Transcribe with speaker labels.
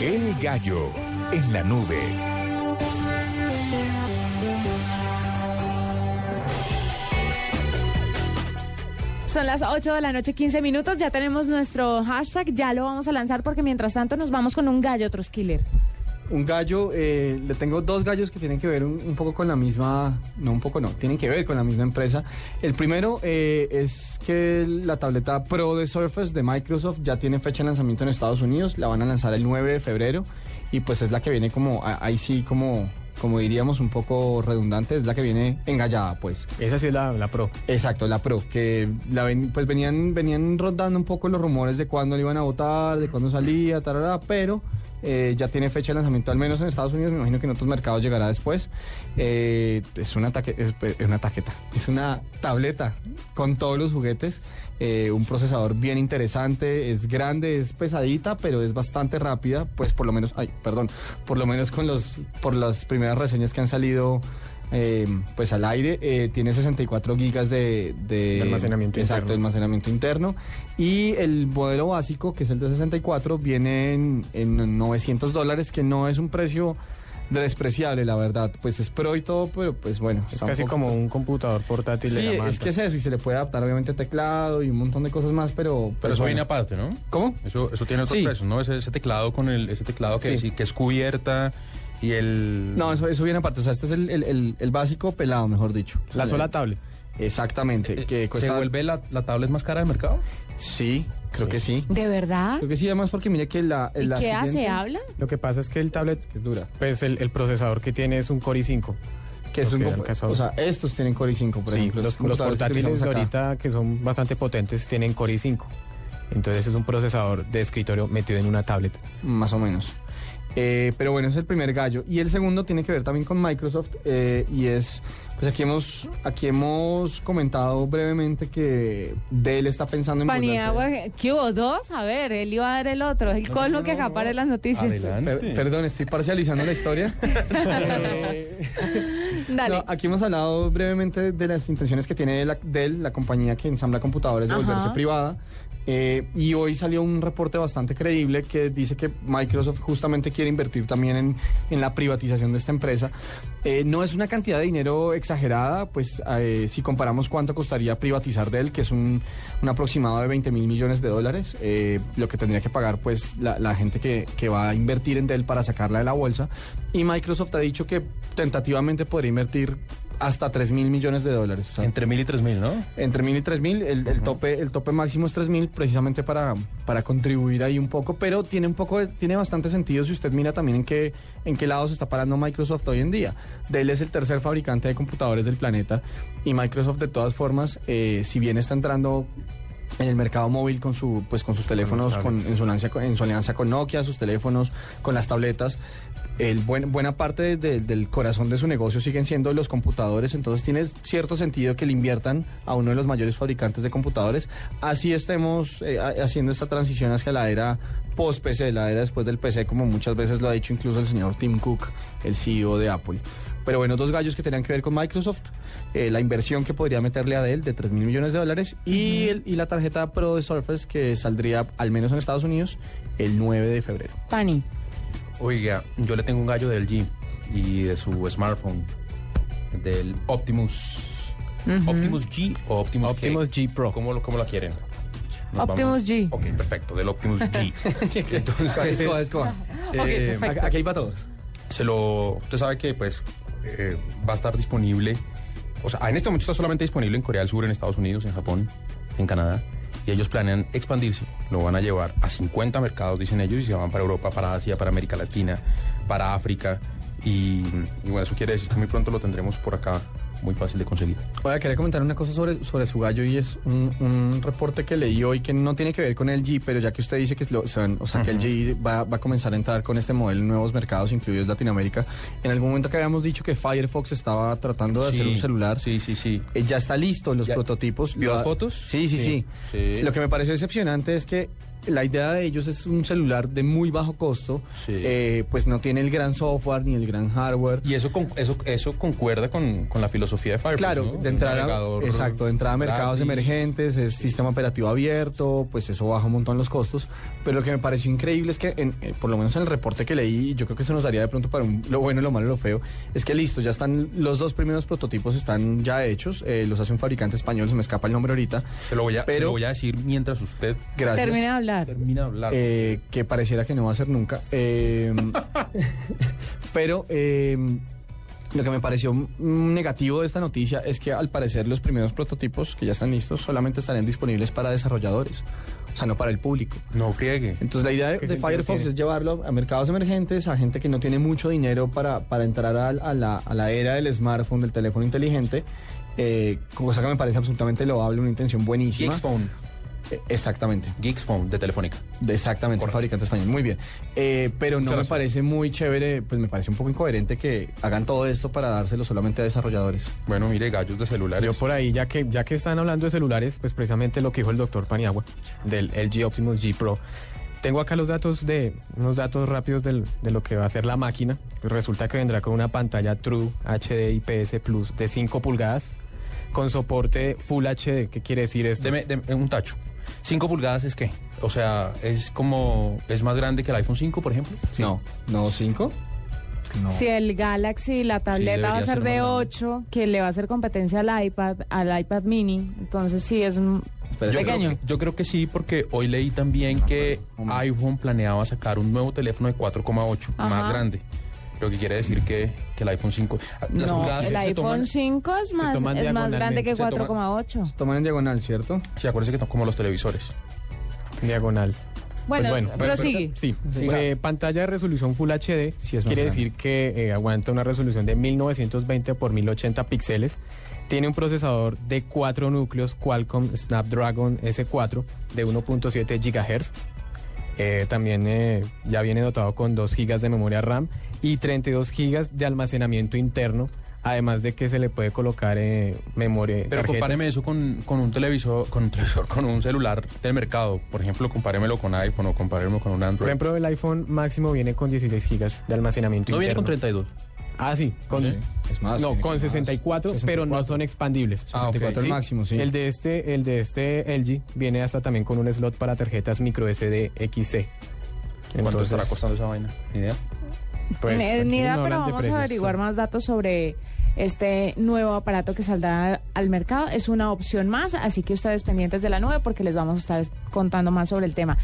Speaker 1: El gallo en la nube.
Speaker 2: Son las 8 de la noche, 15 minutos. Ya tenemos nuestro hashtag, ya lo vamos a lanzar porque mientras tanto nos vamos con un gallo Troskiller.
Speaker 3: Un gallo, eh, le tengo dos gallos que tienen que ver un, un poco con la misma, no un poco no, tienen que ver con la misma empresa. El primero eh, es que la tableta Pro de Surface de Microsoft ya tiene fecha de lanzamiento en Estados Unidos, la van a lanzar el 9 de febrero y pues es la que viene como, a- ahí sí como, como diríamos un poco redundante, es la que viene engallada pues.
Speaker 4: Esa sí es la, la pro.
Speaker 3: Exacto, la Pro, que la ven- pues venían, venían rondando un poco los rumores de cuándo le iban a votar, de cuándo salía, tarara, pero eh, ya tiene fecha de lanzamiento, al menos en Estados Unidos, me imagino que en otros mercados llegará después. Eh, es, una taque- es, pues, es una taqueta, es una tableta con todos los juguetes, eh, un procesador bien interesante, es grande, es pesadita, pero es bastante rápida, pues por lo menos, ay, perdón, por lo menos con los, por las primeras reseñas que han salido eh, pues al aire. eh, tiene 64 gigas de,
Speaker 4: De almacenamiento
Speaker 3: exacto,
Speaker 4: interno.
Speaker 3: almacenamiento interno. Y el modelo básico, que es el de 64, viene en, en 900 dólares, que no es un precio despreciable, la verdad. Pues es pro y todo, pero pues bueno.
Speaker 4: Es
Speaker 3: está un
Speaker 4: casi
Speaker 3: poquito-
Speaker 4: como un computador portátil de
Speaker 3: Sí,
Speaker 4: gama
Speaker 3: es
Speaker 4: alta.
Speaker 3: que es eso, y se le puede adaptar obviamente teclado y un montón de cosas más, pero... pues
Speaker 5: Pero eso
Speaker 3: bueno.
Speaker 5: viene aparte, ¿no?
Speaker 3: ¿Cómo?
Speaker 5: Eso, eso tiene otros
Speaker 3: Sí.
Speaker 5: precios, ¿no? Ese, ese teclado con el, ese teclado que,
Speaker 3: Sí.
Speaker 5: sí, que es cubierta y el.
Speaker 3: No, eso, eso viene aparte. O sea, este es el, el- el- el básico pelado, mejor dicho.
Speaker 4: La sola tablet.
Speaker 3: Exactamente. Que
Speaker 5: que
Speaker 3: cuesta...
Speaker 5: Eh, ¿Se vuelve la, la tablet más cara del mercado?
Speaker 3: Sí, creo que sí.
Speaker 2: ¿De verdad?
Speaker 3: Creo que sí, además porque mira que la,
Speaker 2: ¿Y
Speaker 3: la
Speaker 2: qué hace?
Speaker 3: siguiente-
Speaker 2: ¿Habla?
Speaker 4: Lo que pasa es que el tablet,
Speaker 3: que es dura.
Speaker 4: pues el, el procesador que tiene es un Core i5.
Speaker 3: Que es
Speaker 4: Lo
Speaker 3: un
Speaker 4: que
Speaker 3: compu-
Speaker 4: alcanzó.
Speaker 3: o sea, estos tienen Core i5, por
Speaker 4: Sí,
Speaker 3: ejemplo.
Speaker 4: los, los
Speaker 3: computadores que
Speaker 4: portátiles
Speaker 3: utilizamos acá.
Speaker 4: ahorita que son bastante potentes tienen Core i5. Entonces es un procesador de escritorio metido en una tablet.
Speaker 3: Más o menos. Eh, pero bueno, es el primer gallo. Y el segundo tiene que ver también con Microsoft. eh, y es, pues aquí hemos, aquí hemos comentado brevemente que Dell está pensando en... volverse-
Speaker 2: Paniagua, ¿qué hubo? ¿Dos? A ver, él iba a dar el otro. El colmo que acapara las noticias.
Speaker 5: Adelante.
Speaker 3: Per- perdón, estoy parcializando la historia. Eh,
Speaker 2: Dale.
Speaker 3: No, aquí hemos hablado brevemente de las intenciones que tiene la, Dell, la compañía que ensambla computadores, de
Speaker 2: Ajá.
Speaker 3: volverse privada. Eh, y hoy salió un reporte bastante creíble que dice que Microsoft justamente quiere invertir también en, en la privatización de esta empresa. Eh, no es una cantidad de dinero exagerada, pues eh, si comparamos cuánto costaría privatizar Dell, que es un, un aproximado de 20 mil millones de dólares, eh, lo que tendría que pagar pues la, la gente que, que va a invertir en Dell para sacarla de la bolsa. Y Microsoft ha dicho que tentativamente podría invertir hasta 3 mil millones de dólares. O sea,
Speaker 5: Entre mil y tres mil, ¿no?
Speaker 3: entre mil y tres mil, el, el tope, el tope máximo es tres mil, precisamente para, para contribuir ahí un poco, pero tiene un poco, de- tiene bastante sentido si usted mira también en qué, en qué lado se está parando Microsoft hoy en día. Dell es el tercer fabricante de computadores del planeta y Microsoft de todas formas, eh, si bien está entrando en el mercado móvil con su pues con sus teléfonos
Speaker 4: las
Speaker 3: con,
Speaker 4: tablets.
Speaker 3: en, su alianza, con- en su alianza con Nokia sus teléfonos con las tabletas el buen- buena parte de- de- del corazón de su negocio siguen siendo los computadores entonces tiene cierto sentido que le inviertan a uno de los mayores fabricantes de computadores así estemos eh, ha- haciendo esta transición hacia la era post PC la era después del PC como muchas veces lo ha dicho incluso el señor Tim Cook el CEO de Apple pero bueno, dos gallos que tenían que ver con Microsoft, eh, la inversión que podría meterle a Dell de 3 mil millones de dólares y, el- y la tarjeta Pro de Surface que saldría, al menos en Estados Unidos, el 9 de febrero.
Speaker 2: Pani.
Speaker 5: Oiga, yo le tengo un gallo del G y de su smartphone, del Optimus. ¿Optimus G o Optimus,
Speaker 4: Optimus G Pro.
Speaker 5: ¿Cómo lo, cómo la quieren? Nos
Speaker 2: Optimus G.
Speaker 5: Ok, perfecto, del Optimus G. Entonces,
Speaker 3: Escoba, escoba.
Speaker 5: eh,
Speaker 2: Ok, perfecto.
Speaker 3: Aquí hay para todos.
Speaker 5: se lo. Usted sabe que, pues, eh, va a estar disponible. O sea, en este momento está solamente disponible en Corea del Sur, en Estados Unidos, en Japón, en Canadá. Y ellos planean expandirse. Lo van a llevar a 50 mercados, dicen ellos, y se van para Europa, para Asia, para América Latina, para África. Y, y bueno, eso quiere decir que muy pronto lo tendremos por acá, muy fácil de conseguir.
Speaker 3: Oiga, quería comentar una cosa sobre, sobre su gallo y es un, un reporte que leí hoy que no tiene que ver con el G, pero ya que usted dice que, lo- se van- o sea, que el G va, va a comenzar a entrar con este modelo en nuevos mercados, incluidos Latinoamérica, en algún momento que habíamos dicho que Firefox estaba tratando de hacer
Speaker 5: Sí,
Speaker 3: un celular.
Speaker 5: Sí, sí, sí.
Speaker 3: Eh, ya está listo los
Speaker 5: Ya-
Speaker 3: prototipos.
Speaker 5: ¿Vio
Speaker 3: La-
Speaker 5: las fotos?
Speaker 3: Sí sí, sí,
Speaker 5: Sí.
Speaker 3: Lo que me pareció decepcionante es que la idea de ellos es un celular de muy bajo costo,
Speaker 5: Sí.
Speaker 3: eh, pues no tiene el gran software ni el gran hardware.
Speaker 5: Y eso, con- eso, eso concuerda con, con la filosofía de Firefox.
Speaker 3: Claro,
Speaker 5: ¿no?
Speaker 3: de
Speaker 5: Un
Speaker 3: entrada,
Speaker 5: navegador
Speaker 3: exacto, de entrada a mercados
Speaker 5: gratis.
Speaker 3: emergentes, es sistema operativo abierto, pues eso baja un montón los costos. Pero lo que me pareció increíble es que, en- eh, por lo menos en el reporte que leí, y yo creo que se nos daría de pronto para un- lo bueno, lo malo y lo feo, es que listo, ya están los dos primeros prototipos están ya hechos, eh, los hace un fabricante español, se me escapa el nombre ahorita.
Speaker 5: Se lo voy a, se
Speaker 3: Pero-
Speaker 5: lo voy a decir mientras usted
Speaker 3: Gracias.
Speaker 2: Ah, Termina de hablar.
Speaker 5: termina de hablar.
Speaker 3: eh, que pareciera que no va a ser nunca. Eh, pero eh, lo que me pareció mm, negativo de esta noticia es que al parecer los primeros prototipos que ya están listos solamente estarán disponibles para desarrolladores, o sea, no para el público.
Speaker 5: no friegue.
Speaker 3: Entonces la idea de,
Speaker 4: ¿Qué
Speaker 3: de
Speaker 4: sentido
Speaker 3: Firefox
Speaker 4: tiene?
Speaker 3: es llevarlo a mercados emergentes, a gente que no tiene mucho dinero para, para entrar al- a, la, a la era del smartphone, del teléfono inteligente, eh, cosa que me parece absolutamente loable, una intención buenísima.
Speaker 5: Geeks Phone.
Speaker 3: Eh, Exactamente.
Speaker 5: Geeks Phone de Telefónica.
Speaker 3: De- Exactamente,
Speaker 5: Correcto.
Speaker 3: fabricante español. Muy bien. Eh, pero no
Speaker 5: Muchas
Speaker 3: me
Speaker 5: gracias.
Speaker 3: parece muy chévere, pues me parece un poco incoherente que hagan todo esto para dárselo solamente a desarrolladores.
Speaker 5: Bueno, mire, gallos de celulares.
Speaker 4: Yo por ahí, ya que, ya que están hablando de celulares, pues precisamente lo que dijo el doctor Paniagua del LG Optimus G Pro. Tengo acá los datos de unos datos rápidos del- de lo que va a ser la máquina. Pues Resulta que vendrá con una pantalla True HD IPS Plus de 5 pulgadas con soporte Full HD. ¿Qué quiere decir esto?
Speaker 5: Deme, deme un tacho. 5 pulgadas es qué? O sea, es como. ¿Es más grande que el iPhone 5, por ejemplo?
Speaker 3: No, no cinco. No.
Speaker 2: Si el Galaxy, la tableta va a ser
Speaker 5: debería ser
Speaker 2: de
Speaker 5: más grande.
Speaker 2: 8, que le va a hacer competencia al iPad, al iPad mini, entonces sí es... m-
Speaker 3: Espera,
Speaker 5: Yo
Speaker 3: espera.
Speaker 5: creo,
Speaker 2: Pequeño.
Speaker 5: que, yo creo que sí, porque hoy leí también que
Speaker 3: hombre.
Speaker 5: iPhone planeaba sacar un nuevo teléfono de 4,8,
Speaker 2: Ajá.
Speaker 5: más grande. Lo que quiere decir que, que el iPhone 5. las
Speaker 2: No,
Speaker 5: pulgadas
Speaker 2: el
Speaker 5: se
Speaker 2: iPhone
Speaker 5: toman-
Speaker 2: 5 es más,
Speaker 4: toman
Speaker 2: es más grande que
Speaker 4: diagonalmente,
Speaker 5: se toman-
Speaker 2: 4,8.
Speaker 3: Toman en diagonal, ¿cierto?
Speaker 5: Sí, acuérdense que son como los televisores.
Speaker 4: Diagonal.
Speaker 2: Bueno,
Speaker 4: Pues bueno, pero-
Speaker 2: prosigue.
Speaker 4: Sí,
Speaker 5: Siga.
Speaker 4: eh, pantalla de resolución Full HD,
Speaker 3: Sí, es más
Speaker 4: quiere
Speaker 3: grande.
Speaker 4: decir que eh, aguanta una resolución de 1920 por 1080 píxeles. Tiene un procesador de cuatro núcleos Qualcomm Snapdragon S4 de 1.7 GHz. Eh, también eh, ya viene dotado con 2 GB de memoria RAM y 32 GB de almacenamiento interno. Además de que se le puede colocar eh, memoria.
Speaker 5: Pero
Speaker 4: tarjetas.
Speaker 5: compáreme eso con, con un televisor, con un televisor, con un celular del mercado. Por ejemplo, compáremelo con iPhone o compáremelo con un Android.
Speaker 4: Por ejemplo, el iPhone máximo viene con 16 GB de almacenamiento
Speaker 5: no viene
Speaker 4: interno.
Speaker 5: con 32.
Speaker 4: Ah, sí, con,
Speaker 5: Sí,
Speaker 3: es más,
Speaker 4: no,
Speaker 3: tiene que
Speaker 4: con
Speaker 3: más. 64.
Speaker 4: 64, pero no son expandibles.
Speaker 5: Ah, ok.
Speaker 3: 64
Speaker 5: Sí.
Speaker 3: el máximo, sí.
Speaker 4: El de este, el de este LG viene hasta también con un slot para tarjetas micro SD XC.
Speaker 5: ¿Cuánto
Speaker 4: Entonces,
Speaker 5: estará costando esa vaina? Ni idea.
Speaker 4: pues,
Speaker 2: Ni-
Speaker 4: aquí
Speaker 2: ni idea,
Speaker 4: no
Speaker 2: pero
Speaker 4: hablan de
Speaker 2: vamos
Speaker 4: precios,
Speaker 2: a averiguar
Speaker 4: sí.
Speaker 2: más datos sobre este nuevo aparato que saldrá al mercado. Es una opción más, así que ustedes pendientes de la nube porque les vamos a estar contando más sobre el tema.